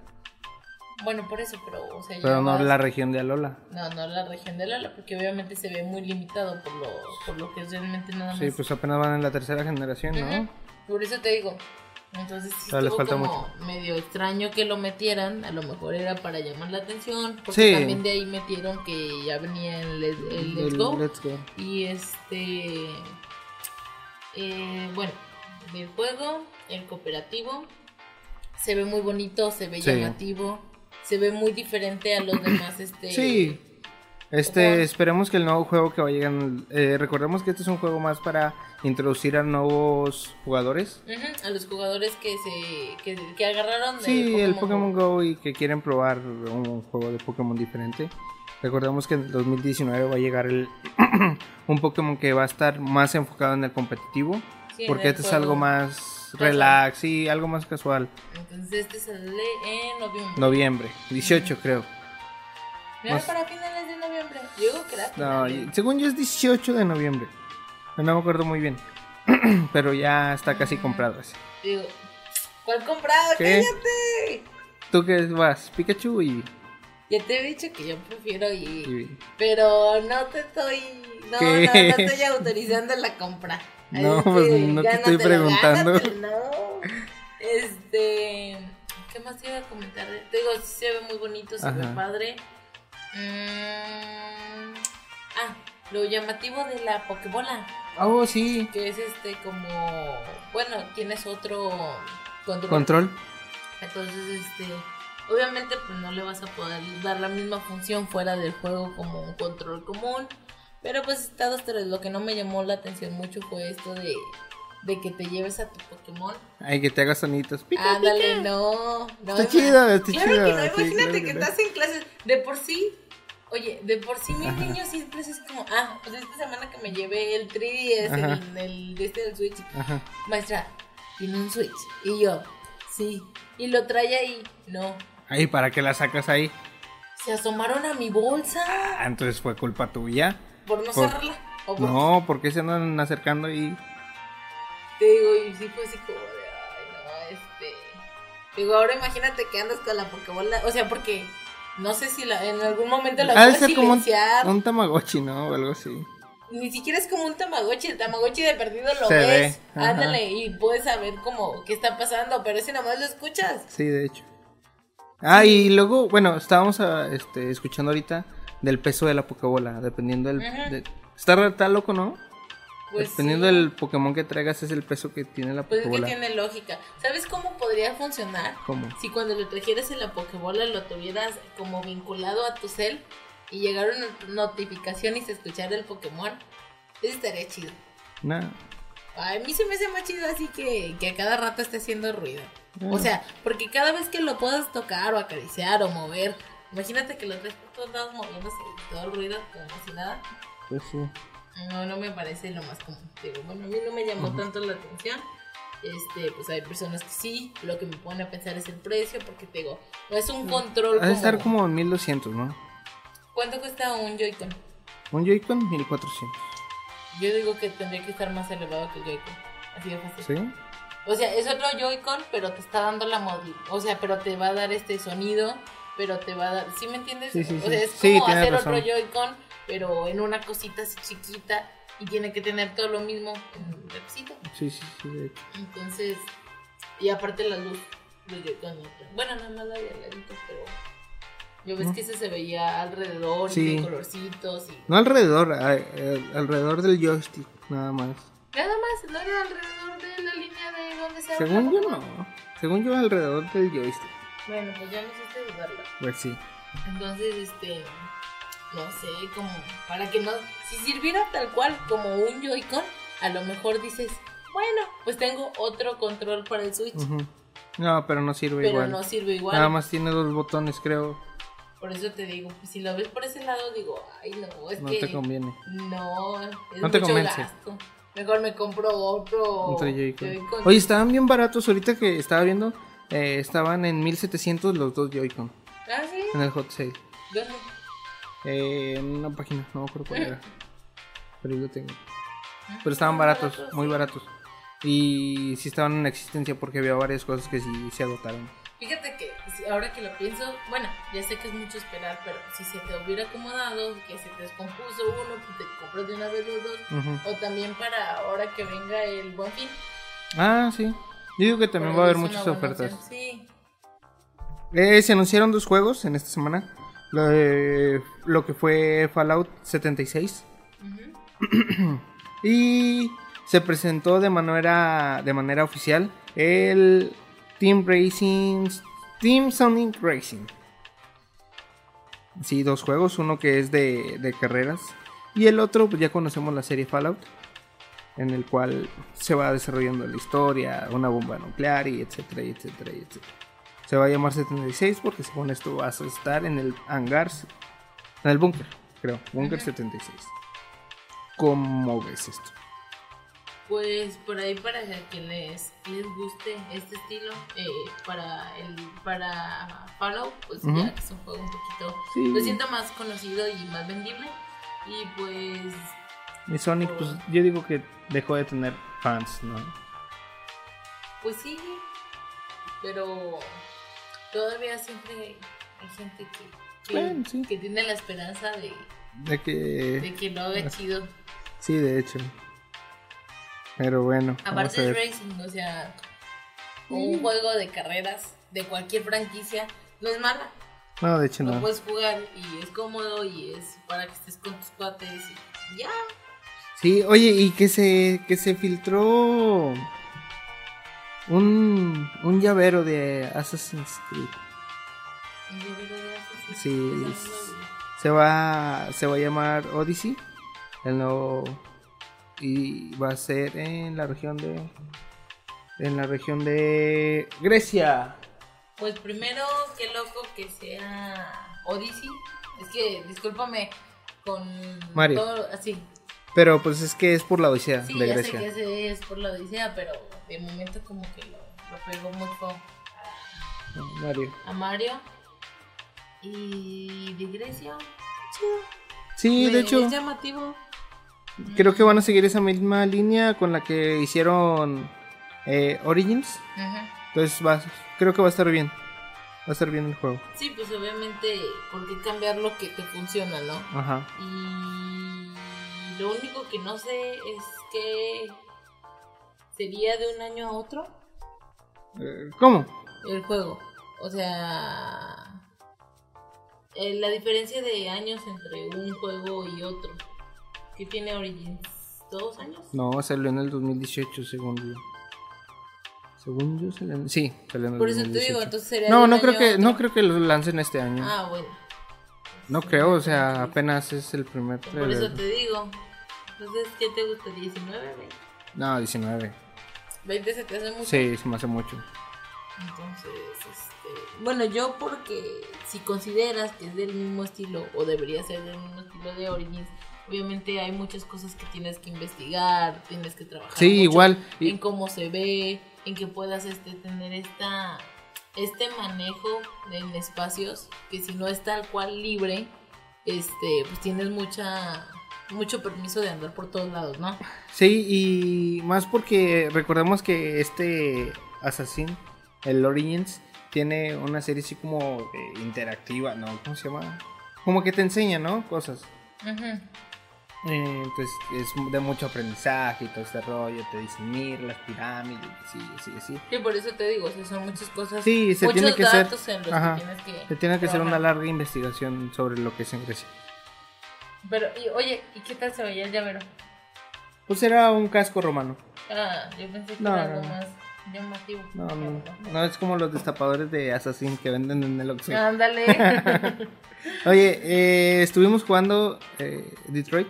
B: Bueno, por eso, pero, o sea, ya
A: Pero no
B: vas-
A: la región de Alola.
B: No, no la región de Lola, porque obviamente se ve muy limitado por lo, por lo que es realmente nada más.
A: Sí, pues apenas van en la tercera generación, ¿no?
B: Ujú. Por eso te digo. Entonces sí
A: Todavía les
B: estuvo
A: falta
B: como medio extraño que lo metieran, a lo mejor era para llamar la atención, porque
A: Sí.
B: también de ahí metieron que ya venía el, el, el Let's
A: El
B: Go.
A: Let's Go.
B: Y este. eh, bueno, el juego, el cooperativo. Se ve muy bonito, se ve
A: Sí.
B: llamativo. Se ve muy diferente a los demás. Este,
A: Sí.
B: Ojo.
A: Este, esperemos que el nuevo juego que va a llegar. eh, recordemos que este es un juego más para introducir a nuevos jugadores.
B: ujú, a los jugadores que se que, que agarraron de
A: Sí, el Pokémon
B: Go.
A: Go y que quieren probar un juego de Pokémon diferente. Recordemos que en el 2019 va a llegar el, un Pokémon que va a estar más enfocado en el competitivo.
B: Sí, en
A: porque
B: el
A: este es
B: juego.
A: algo más
B: Casual.
A: relax y algo más casual.
B: Entonces este sale en noviembre.
A: Noviembre, 18 creo.
B: ¿No era
A: más-
B: para finales de noviembre? Yo digo que era
A: No,
B: finales.
A: según yo es 18 de noviembre. No me acuerdo muy bien. Pero ya está casi comprado ese.
B: Digo, ¿cuál comprado?
A: ¿Qué?
B: ¡Cállate!
A: ¿Tú qué vas? ¿Pikachu y...?
B: Ya te he dicho que yo prefiero ir.
A: y-
B: Pero no te estoy. No, no,
A: ¿Qué?
B: no estoy autorizando la compra.
A: No,
B: Así
A: pues,
B: que
A: no te
B: gánatelo,
A: estoy preguntando.
B: gánatelo, No. Este. ¿Qué más te iba a comentar? Te digo, sí se ve muy bonito, se ve
A: Ajá.
B: padre. Mm, ah, lo llamativo de la Pokébola.
A: Oh, sí.
B: Que es este como. Bueno, tienes otro control.
A: Control.
B: Entonces, este. Obviamente, pues no le vas a poder dar la misma función fuera del juego como un control común. Pero pues está dos tres. Lo que no me llamó la atención mucho fue esto de, de que te lleves a tu Pokémon.
A: Ay, que te hagas sonitos. Pica, pica.
B: Ándale, no. no
A: Está
B: ima-
A: chido, está chido,
B: claro Que no,
A: sí,
B: imagínate
A: claro que
B: que
A: no.
B: estás en clases. De por sí. Oye, de por sí mis
A: Ajá.
B: niños siempre es como, ah, pues esta semana que me llevé el 3DS,
A: Ajá.
B: el, el de este del Switch,
A: Ajá.
B: maestra, tiene un Switch. Y yo, sí. Y lo trae ahí, no.
A: Ay, ¿para qué la sacas ahí?
B: Se asomaron a mi bolsa
A: Ah, entonces fue culpa tuya.
B: por no
A: Por-
B: cerrarla. O por-
A: No, porque se andan acercando y...
B: Te digo, y sí fue así como de, ay, no, este. Digo, ahora imagínate que andas con la pokebola. O sea, porque no sé si la- en algún momento la
A: Ha de
B: puedes
A: ser como un,
B: silenciar.
A: un tamagotchi, ¿no? O algo así.
B: Ni siquiera es como un tamagotchi. El tamagotchi de perdido lo
A: Se
B: ves.
A: ve, ajá.
B: Ándale, y puedes saber como qué está pasando. Pero ese nomás lo escuchas.
A: Sí, de hecho. Ah, y luego, bueno, estábamos ah, este, escuchando ahorita del peso de la Pokébola, dependiendo del...
B: Ajá.
A: de- Está, re- está loco, ¿no?
B: Pues
A: dependiendo
B: sí.
A: del Pokémon que traigas es el peso que tiene la
B: Pues es que
A: Pokébola.
B: tiene lógica. ¿Sabes cómo podría funcionar?
A: ¿Cómo?
B: Si cuando lo trajeras en la Pokébola lo tuvieras como vinculado a tu cel y llegara una notificación y se escuchara el Pokémon, eso estaría chido.
A: Nada.
B: A mí se me hace más chido así que, que a cada rato esté haciendo ruido.
A: Mm.
B: O sea, porque cada vez que lo puedas tocar o acariciar o mover, imagínate que lo traes por todos lados moviéndose y todo el ruido como si nada.
A: Pues sí.
B: No, no me parece lo más común. Digo, bueno, a mí no me llamó
A: Ujú.
B: tanto la atención. Este, pues hay personas que sí, lo que me pone a pensar es el precio, porque te digo, no es un control
A: Ha de
B: como...
A: estar como en 1200, ¿no?
B: ¿Cuánto cuesta un Joy-Con?
A: Un Joy-Con 1400.
B: Yo digo que tendría que estar más elevado que el Joy-Con. Así de fácil.
A: ¿Sí?
B: O sea, es otro Joy-Con, pero te está dando la modi- O sea, pero te va a dar este sonido, pero te va a dar. ¿Sí me entiendes?
A: Sí, sí,
B: o
A: sí.
B: sea, es
A: Sí,
B: como
A: tienes
B: hacer
A: razón.
B: otro Joy-Con, pero en una cosita así chiquita y tiene que tener todo lo mismo en un lapicito.
A: Sí, sí, sí. de hecho.
B: Entonces, Y aparte la luz. los Joy-Con no tra- Bueno, nada más la de adelante, pero. Yo ves
A: ¿No?
B: que ese se veía alrededor,
A: Sí.
B: y de colorcitos y.
A: No alrededor, a- eh, alrededor del joystick, nada más.
B: Nada más, no era alrededor de la línea de donde se abre la
A: Según yo
B: puerta.
A: no. Según yo alrededor del joystick.
B: Bueno, pues ya me hiciste dudarlo.
A: Pues sí.
B: Entonces, este. No sé, como. Para que no. Si sirviera tal cual como un Joy-Con, a lo mejor dices, bueno, pues tengo otro control para el Switch.
A: ujú. No, pero no sirve
B: Pero
A: Mm, igual.
B: no sirve igual.
A: Nada más tiene dos botones, creo.
B: Por eso te digo, pues, si lo ves por ese lado, digo, ay, no, es
A: No
B: que.
A: te conviene.
B: No, es
A: No te
B: mucho
A: convence.
B: gasto. Mejor me compro otro.
A: Otro Joy-Con.
B: Joy-Con.
A: Oye, estaban bien baratos ahorita que estaba viendo. eh, estaban en 1700 los dos Joy-Con
B: Ah, sí.
A: en el hot sale.
B: ¿Dónde?
A: Eh, en una página, no me acuerdo cuál era. Pero yo tengo.
B: Ah,
A: Pero estaban baratos,
B: baratos.
A: muy baratos. Y sí estaban en existencia porque había varias cosas que sí se agotaron.
B: Fíjate que si- ahora que lo pienso, bueno, ya sé que es mucho esperar, pero si se te hubiera acomodado, que se te descompuso uno, pues te compras de una vez los dos.
A: Ujú.
B: O también para ahora que venga el buen fin.
A: Ah, sí. Yo digo que también va a haber
B: Es una
A: muchas
B: buena
A: ofertas.
B: opción. Sí.
A: Eh, se anunciaron dos juegos en esta semana. Lo, de- lo que fue Fallout 76.
B: Ujú.
A: Y se presentó de manera, de manera oficial el Team Racing. Team Sonic Racing. Sí, dos juegos. Uno que es de, de carreras. Y el otro, pues ya conocemos la serie Fallout. En el cual se va desarrollando la historia, una bomba nuclear y etcétera, y etcétera, y etcétera. Se va a llamar 76 porque según esto vas a estar en el hangar. En el búnker, creo. Búnker
B: Ujú.
A: 76. ¿Cómo ves esto?
B: Pues por ahí para que les, les guste este estilo, eh, para el para Fallout, pues
A: Ujú.
B: ya que es un juego un poquito,
A: Sí.
B: lo siento más conocido y más vendible. Y pues,
A: Y Sonic, pues yo digo que dejó de tener fans, ¿no?
B: pues sí, pero todavía siempre hay gente que, que,
A: Bueno, sí.
B: que tiene la esperanza de,
A: De que.
B: de que lo haga chido.
A: Sí, de hecho. Pero bueno. vamos a
B: Aparte es
A: ver.
B: racing, o sea, un juego de carreras de cualquier franquicia no es mala.
A: No, de hecho
B: Lo
A: no.
B: puedes jugar y es cómodo y es para que estés con tus cuates y ya.
A: Sí, oye, y que se, que se filtró un, un llavero de Assassin's Creed.
B: Yo creo que haces
A: Sí,
B: eso.
A: es- Se va, se va a llamar Odyssey. El nuevo. Y va a ser en la región de. En la región de. Grecia.
B: Pues primero, qué loco que sea Odyssey. Es que, discúlpame, con
A: Mario.
B: todo así.
A: Pero pues es que es por la Odisea
B: Sí,
A: de
B: ya
A: Grecia.
B: sé que ese es por la Odisea, pero de momento como que lo, lo pegó mucho
A: Mario.
B: a Mario. Y de Grecia, chido.
A: Sí,
B: Me-
A: de hecho,
B: Pues, Es llamativo.
A: creo que van a seguir esa misma línea con la que hicieron eh, Origins.
B: Ajá.
A: Entonces va, creo que va a estar bien. Va a estar bien el juego.
B: Sí, pues obviamente, ¿por qué cambiar lo que te funciona, no?
A: Ajá.
B: Y lo único que no sé es que sería de un año a otro
A: Eh, ¿Cómo?
B: el juego. O sea, eh, la diferencia de años entre un juego y otro. ¿Qué tiene Origins? ¿Dos años?
A: No, salió en el 2018, según yo. Según yo, salió en... Sí, salió en el
B: Por eso te
A: 2018.
B: digo, entonces sería. de
A: No,
B: un
A: no creo
B: año a
A: que,
B: otro.
A: no creo que lo lancen este año.
B: Ah, bueno.
A: no creo, o sea, apenas es el primer
B: Por
A: trailer.
B: eso te digo. Entonces, ¿qué te gusta? ¿19? 20?
A: No, 19.
B: ¿20 se te hace mucho?
A: Sí, se me hace mucho.
B: Entonces, este, bueno, yo porque si consideras que es del mismo estilo o debería ser del mismo estilo de Origins, obviamente hay muchas cosas que tienes que investigar, tienes que trabajar.
A: Sí,
B: mucho
A: igual. y-
B: En cómo se ve, en que puedas este, tener esta, este manejo en espacios que si no es tal cual libre, este, pues tienes mucha mucho permiso de andar por todos lados, ¿no?
A: Sí, y más porque recordemos que este Assassin, el Origins, tiene una serie así como eh, interactiva, ¿no? ¿Cómo se llama? Como que te enseña, ¿no? Cosas. Eh, entonces es de mucho aprendizaje y todo este rollo. Te dicen, mira las pirámides, sí, sí, sí.
B: Y por eso te digo, o sea, son muchas cosas.
A: Sí, se
B: muchos
A: tiene que ser-
B: datos en los
A: ajá,
B: que tienes que.
A: Te tiene que hacer una
B: trabajar.
A: larga investigación sobre lo que es en Grecia.
B: Pero, y, oye, ¿y qué tal se veía el llavero?
A: Pues era un casco romano.
B: Ah, yo pensé que
A: No,
B: era
A: no,
B: algo
A: no.
B: más llamativo.
A: No, no, no es como los destapadores de Assassin que venden en el Oxxo.
B: Ándale.
A: Oye, eh, estuvimos jugando eh, Detroit.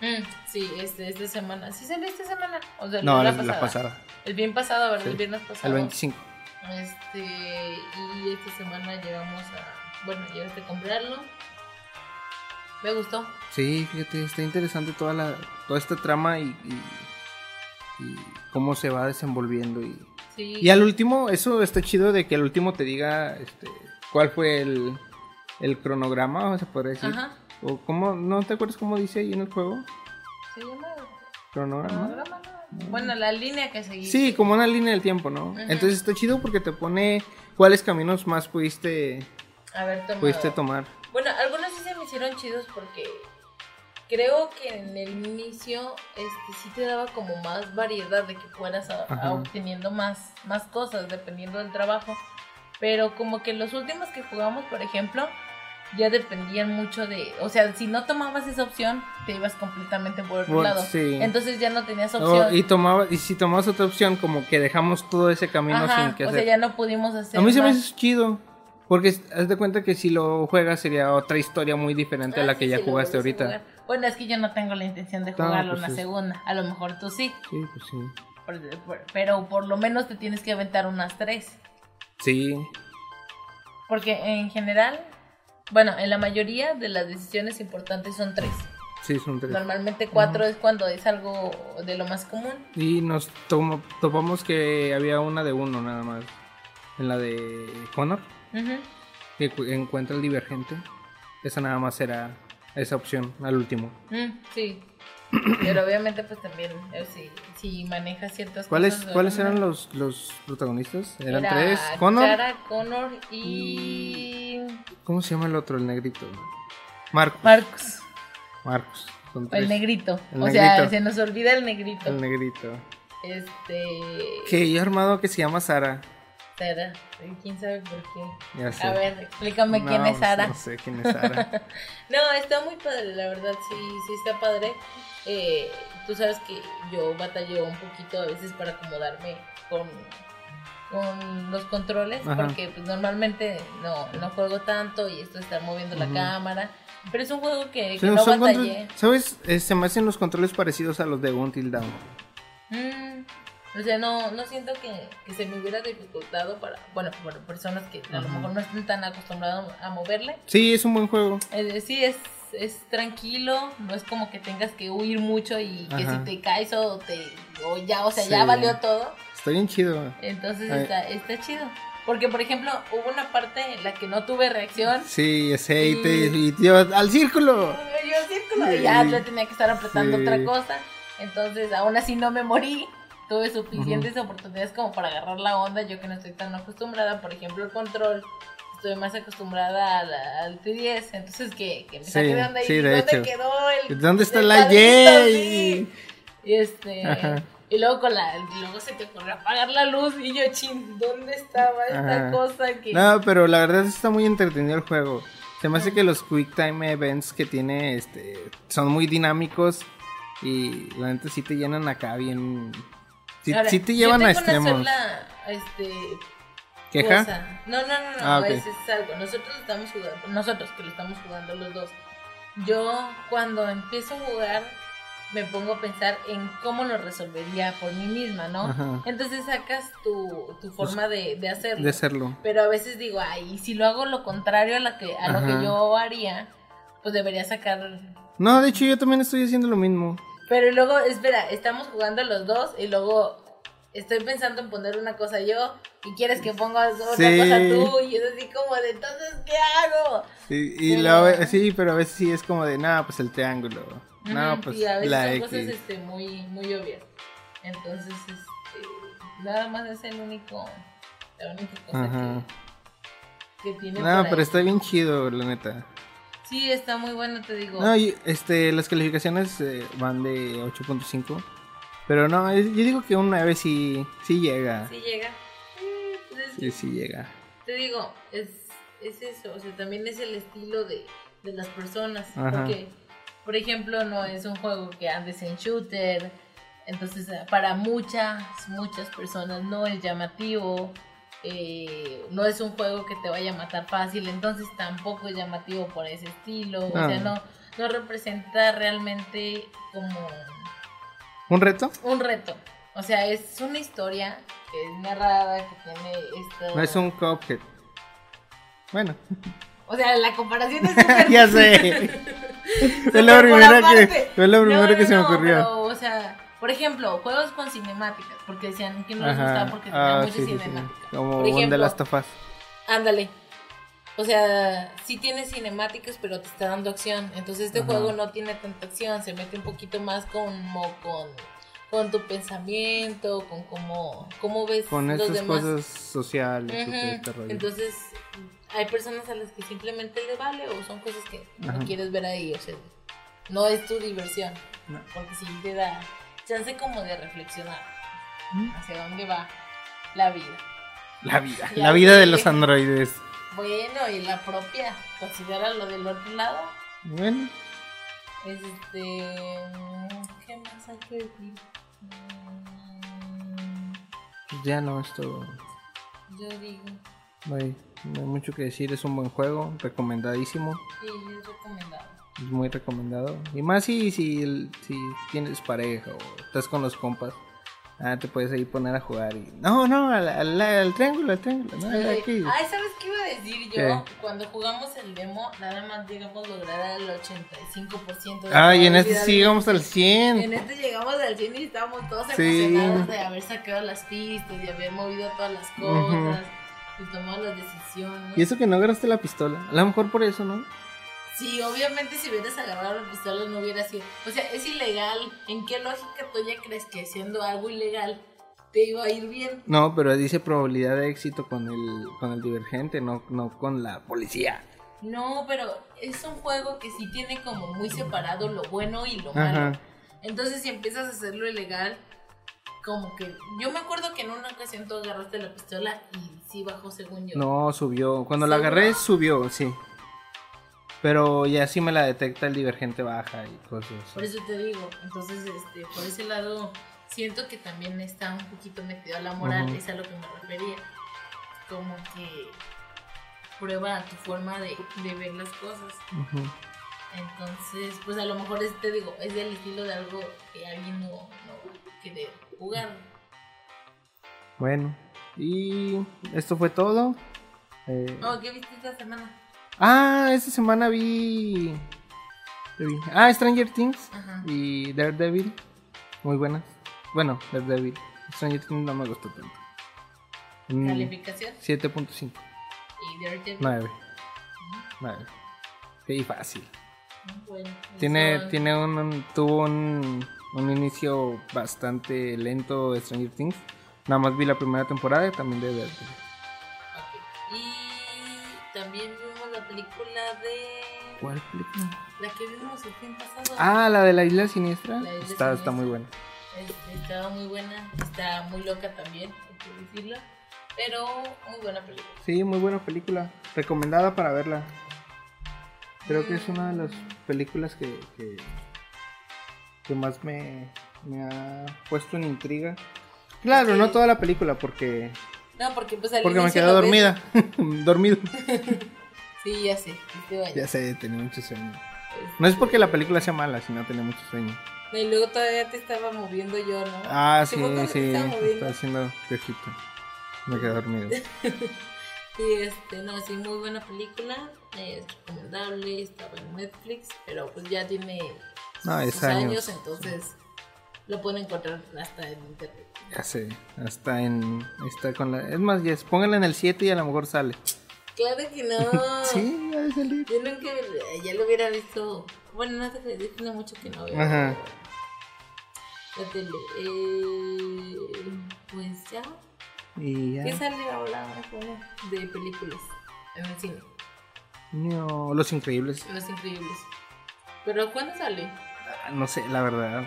B: Mm, sí, este, esta semana. ¿Sí salió esta semana? O sea,
A: No,
B: la,
A: la,
B: pasada.
A: la pasada,
B: El bien pasado, ¿verdad?
A: Sí,
B: El viernes
A: el
B: pasado.
A: 25.
B: Este, y esta semana llegamos a. Bueno, llegaste a comprarlo. Me gustó.
A: Sí, fíjate, está interesante toda la toda esta trama y, y- y cómo se va desenvolviendo y
B: Sí.
A: y al último eso está chido de que al último te diga este cuál fue el el cronograma, o se podría decir.
B: Ajá.
A: O cómo no te acuerdas cómo dice ahí en el juego?
B: Se llama.
A: Cronograma.
B: cronograma, ¿no? Bueno, la línea que seguí.
A: Sí, como una línea del tiempo, ¿no?
B: Ujú.
A: Entonces está chido porque te pone cuáles caminos más pudiste
B: A ver, tomado.
A: pudiste tomar.
B: Bueno, algunos sí se me hicieron chidos porque creo que en el inicio este sí te daba como más variedad de que fueras a- a
A: Ajá.
B: obteniendo más, más cosas dependiendo del trabajo. Pero como que los últimos que jugamos, por ejemplo, ya dependían mucho de, o sea, si no tomabas esa opción, te ibas completamente por otro
A: Por-
B: lado.
A: sí.
B: Entonces ya no tenías
A: O-
B: opción.
A: Oh, y tomaba y si tomabas otra opción como que dejamos todo ese camino
B: Ajá,
A: sin que
B: o
A: hacer.
B: sea, ya no pudimos hacer
A: A mí se me
B: más.
A: hace chido. Porque es- haz de cuenta que si lo juegas sería otra historia muy diferente a
B: Ah,
A: la
B: sí,
A: que ya
B: sí, lo
A: jugaste
B: vuelves a
A: ahorita.
B: jugar. Bueno, es que yo no tengo la intención de
A: No,
B: jugarlo
A: pues
B: una
A: es-
B: segunda. A lo mejor tú sí.
A: Sí, pues sí.
B: por- por- pero por lo menos te tienes que aventar unas tres.
A: Sí.
B: Porque en general, bueno, en la mayoría de las decisiones importantes son tres.
A: Sí, son tres.
B: Normalmente cuatro es cuando es algo de lo más común.
A: Y nos tomo- topamos que había una de uno nada más. En la de Connor,
B: Ujú.
A: que cu- encuentra el divergente. Esa nada más era esa opción, al último.
B: Mm, sí. Pero obviamente pues también eh, si, si manejas ciertas
A: ¿Cuáles,
B: cosas. de
A: ¿cuáles
B: alguna
A: eran
B: manera.
A: los, los protagonistas? Eran
B: Era
A: tres. Connor.
B: Clara, Connor y
A: ¿Cómo se llama el otro, el negrito? Marcos.
B: Marcos.
A: Marcos. Son
B: O el
A: tres.
B: negrito.
A: El
B: o sea,
A: negrito.
B: se nos olvida el negrito.
A: El negrito.
B: Este.
A: Que yo he armado que se llama Sara.
B: Sara. ¿Quién sabe por qué?
A: Ya sé.
B: A ver, explícame
A: No,
B: quién es
A: pues,
B: Sara.
A: No sé quién es Sara.
B: No, está muy padre, la verdad, sí, sí está padre. Eh, tú sabes que yo batallo un poquito a veces para acomodarme con, con los controles,
A: Ajá.
B: porque pues, normalmente no, no juego tanto y esto de estar moviendo la
A: Ujú.
B: cámara. Pero es un juego que,
A: Sí,
B: que no
A: son
B: batallé.
A: controles- ¿Sabes? Eh, se me hacen los controles parecidos a los de Until Down.
B: Mm, o sea, no, no siento que, que se me hubiera dificultado para, bueno, para personas que a
A: Ajá.
B: lo mejor no estén tan acostumbradas a moverle.
A: Sí, es un buen juego.
B: Es decir, es, es tranquilo, no es como que tengas que huir mucho y que
A: Ajá.
B: si te caes o te o ya, o sea, ya
A: Sí.
B: valió todo.
A: Está bien chido.
B: Entonces
A: Ay.
B: está, está chido. Porque por ejemplo, hubo una parte en la que no tuve reacción.
A: Sí, ese y te-
B: Y-
A: y te llevas al círculo.
B: Yo círculo y ya
A: Sí.
B: le tenía que estar apretando
A: Sí.
B: otra cosa. Entonces, aún así no me morí. Tuve suficientes oportunidades como para agarrar la onda. Yo que no estoy tan acostumbrada, por ejemplo, el control. Estoy más acostumbrada al, al T10. Entonces, que, que me
A: Sí,
B: saqué de onda y
A: sí, de
B: ¿dónde
A: hecho.
B: quedó el.
A: ¿Dónde está
B: el
A: la
B: cuadrito?
A: Y?
B: Sí. Y este.
A: Ajá.
B: Y luego, con la, luego se te ocurrió apagar la luz y yo, chin, ¿dónde estaba esta
A: Ajá.
B: cosa? Que...
A: No, pero la verdad está muy entretenido el juego. Se me hace que los Quick Time Events que tiene este, son muy dinámicos y la neta sí te llenan acá bien. Sí,
B: Ahora,
A: sí te
B: yo
A: llevan a
B: tengo una
A: extremos.
B: sola, este,
A: ¿Queja?
B: cosa. No, no, no, no,
A: Ah, ok.
B: es, es algo. Nosotros estamos jugando, nosotros que lo estamos jugando los dos. Yo cuando empiezo a jugar me pongo a pensar en cómo lo resolvería por mí misma, ¿no?
A: Ajá.
B: Entonces sacas tu, tu forma de, de hacerlo.
A: De hacerlo.
B: Pero a veces digo, ay, y si lo hago lo contrario a, la que, a lo
A: Ajá.
B: que yo haría, pues debería sacar...
A: No, de hecho yo también estoy haciendo lo mismo.
B: Pero luego, espera, estamos jugando los dos y luego estoy pensando en poner una cosa yo y quieres que pongas otra
A: Sí.
B: cosa tú y es así como de entonces, ¿qué hago?
A: Sí, y
B: Pero-
A: la ve- sí, pero a veces sí es como de, nada, pues el triángulo. No,
B: Ujú,
A: pues
B: y a veces
A: la
B: son
A: X.
B: cosas este, muy, muy obvias. Entonces, este, nada más es el único, la única cosa
A: Ajá.
B: que, que tiene.
A: No,
B: por
A: pero
B: ahí.
A: está bien chido, la neta.
B: Sí, está muy bueno, te digo.
A: No, y, este, las calificaciones eh, van de 8.5. Pero no, es- yo digo que un 9 sí, sí llega.
B: Sí llega. Eh, pues es
A: Sí, sí llega.
B: Te digo, es, es eso, o sea, también es el estilo de, de las personas.
A: Ajá.
B: Porque, por ejemplo, no es un juego que andes en shooter. Entonces, eh, para muchas, muchas personas no es llamativo. eh, no es un juego que te vaya a matar fácil. Entonces, tampoco es llamativo por ese estilo. O sea,
A: Ah.
B: no, no representa realmente como
A: ¿Un reto?
B: un reto. O sea, es una historia que es narrada, que tiene esto.
A: No es un Cuphead. Bueno,
B: O sea, la comparación es súper...
A: ya sé.
B: súper
A: Fue la
B: por
A: primera que,
B: aparte.
A: fue lo
B: No,
A: primero
B: no,
A: que se me
B: no,
A: ocurrió.
B: pero, o sea, por ejemplo, juegos con cinemáticas, porque decían que no les
A: Ajá.
B: gustaba porque tenían
A: Ah,
B: muchas
A: sí, sí, sí.
B: cinemáticas.
A: Como
B: por
A: un de
B: ejemplo,
A: las tofas.
B: ándale. O sea, sí tiene cinemáticas, pero te está dando acción. Entonces este
A: Ajá.
B: juego no tiene tanta acción, se mete un poquito más como con, con tu pensamiento, con cómo, cómo ves
A: Con
B: los
A: estas
B: demás.
A: cosas sociales. y todo
B: Ujú.
A: este rollo.
B: Entonces, hay personas a las que simplemente le vale o son cosas que
A: Ajá.
B: no quieres ver ahí, o sea, no es tu diversión,
A: No.
B: porque si te da chance como de reflexionar
A: ¿Mm?
B: hacia dónde va la vida.
A: La vida.
B: Ya
A: La vida de
B: sé.
A: los androides.
B: Bueno, y la propia, considera lo del otro lado,
A: Bueno,
B: es este, ¿qué más hay que decir? Mm,
A: pues ya no, es todo.
B: Yo digo,
A: No hay, no hay mucho que decir. Es un buen juego. Recomendadísimo.
B: sí, es recomendado.
A: Es muy recomendado. Y más si, si, si tienes pareja o estás con los compas. Ah, te puedes ahí poner a jugar y... No, no, al, al- al triángulo, al triángulo. No, aquí.
B: Ay, ¿sabes qué iba a decir yo?
A: ¿Qué?
B: Cuando jugamos el demo, nada más llegamos a lograr el 85% de
A: Ay, en este
B: probabilidad.
A: sí llegamos al 100.
B: En este llegamos al 100 y estábamos todos
A: Sí.
B: emocionados de haber sacado las pistas, de haber movido todas las cosas, y tomado las decisiones.
A: Y eso que no agarraste la pistola. A lo mejor por eso, ¿no?
B: Sí, obviamente si hubieras agarrado la pistola no hubiera sido. O sea, es ilegal. ¿En qué lógica tuya crees que haciendo algo ilegal te iba a ir bien?
A: No, pero dice probabilidad de éxito con el, con el divergente, no, no con la policía.
B: No, pero es un juego que sí tiene como muy separado lo bueno y lo malo.
A: Ajá.
B: Entonces, si empiezas a hacerlo ilegal, como que. Yo me acuerdo que en una ocasión tú agarraste la pistola y sí bajó según yo.
A: No, subió. Cuando la agarré, subió, sí. Pero ya si me la detecta el divergente baja y cosas. así.
B: Por eso te digo. Entonces, este, por ese lado, siento que también está un poquito metido a la moral,
A: Ujú.
B: es a lo que me refería. Como que prueba tu forma de, de ver las cosas.
A: Ujú.
B: Entonces, pues a lo mejor es, te digo, es del estilo de algo que alguien no, no quiere jugar.
A: Bueno, y esto fue todo. Eh,
B: Oh, ¿qué viste esta semana?
A: Ah, esta semana vi... ¿qué vi? Ah, Stranger Things
B: Ajá.
A: y Daredevil. Muy buenas. Bueno, Daredevil. Stranger Things no me gustó tanto. Mm,
B: Calificación
A: 7.5.
B: y Daredevil.
A: 9. 9. Sí, fácil.
B: Bueno,
A: Tiene,
B: eso-
A: tiene un, un- tuvo un, un inicio bastante lento de Stranger Things. Nada más vi la primera temporada y también de Daredevil.
B: ok. Y también vimos la película de.
A: ¿Cuál película?
B: La que vimos el fin pasado.
A: Ah, la de la isla siniestra.
B: La isla
A: está, está
B: siniestra.
A: muy buena.
B: Este, estaba muy buena, está muy loca también, hay que decirlo. Pero muy buena película.
A: Sí, muy buena película. Recomendada para verla. Creo que es una de las películas que, que, que más me, me ha puesto en intriga. Claro,
B: Ok.
A: no toda la película porque,
B: No, porque pues al
A: porque me
B: inicio
A: quedé
B: lo ves-
A: dormida. Dormido.
B: Sí, ya sé, sí te bañas.
A: Ya sé, tenía mucho sueño. No es porque la película sea mala, sino tenía mucho sueño.
B: No, Y luego todavía te estaba moviendo yo, ¿no?
A: Ah,
B: ¿Te
A: sí,
B: acuerdas que
A: sí. pues,
B: te estaba moviendo?
A: Está haciendo viejito. Me quedé dormido.
B: Y este, no, sí, muy buena película, eh, es recomendable, estaba en Netflix, pero pues ya tiene
A: No, es
B: sus
A: años.
B: entonces lo pueden encontrar hasta en internet.
A: Ya sé. Hasta en. Está con la. Es más, yes, póngala en el 7 y a lo mejor sale.
B: Claro que no.
A: Sí, ha de salir.
B: Yo nunca eh, ya lo hubiera visto. Bueno, no te creas, yo tiene mucho que no veo.
A: Ajá.
B: La tele. Eh, pues ya.
A: Y ya.
B: ¿Qué sale ahora bueno, de películas en el cine?
A: No, Los Increíbles.
B: Los Increíbles. Pero ¿cuándo sale?
A: Ah, No sé, la verdad.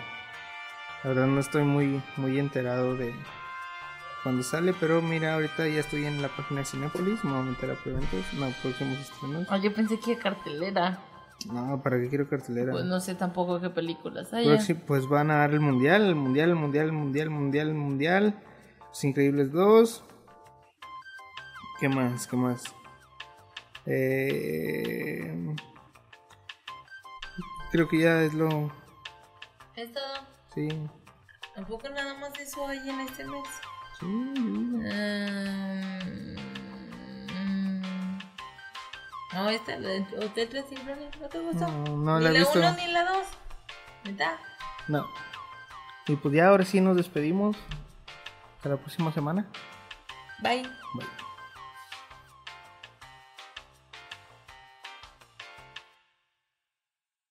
A: La verdad no estoy muy, muy enterado de cuando sale, pero mira, ahorita ya estoy en la página de Cinepolis, me voy a meter a preventas, no, próximos estrenos.
B: Ah, yo pensé que era cartelera.
A: No, ¿para qué quiero cartelera?
B: Pues no sé tampoco qué películas hay.
A: Proxi- pues van a dar el mundial, el mundial, el mundial, el mundial, el mundial, el mundial. Los Increíbles 2. ¿Qué más? ¿Qué más? Eh, creo que ya es lo.
B: ¿Es todo?
A: Sí.
B: ¿Tampoco nada más eso hay en este mes?
A: Sí, sí.
B: Ah. Mm, No, esta, la de Hotel Transilvania, ¿no te gustó?
A: No, no
B: ni
A: la he
B: la
A: visto.
B: 1 ni la 2. ¿Verdad?
A: No. Y pues ya ahora sí nos despedimos. Hasta la próxima semana.
B: Bye.
A: Bye.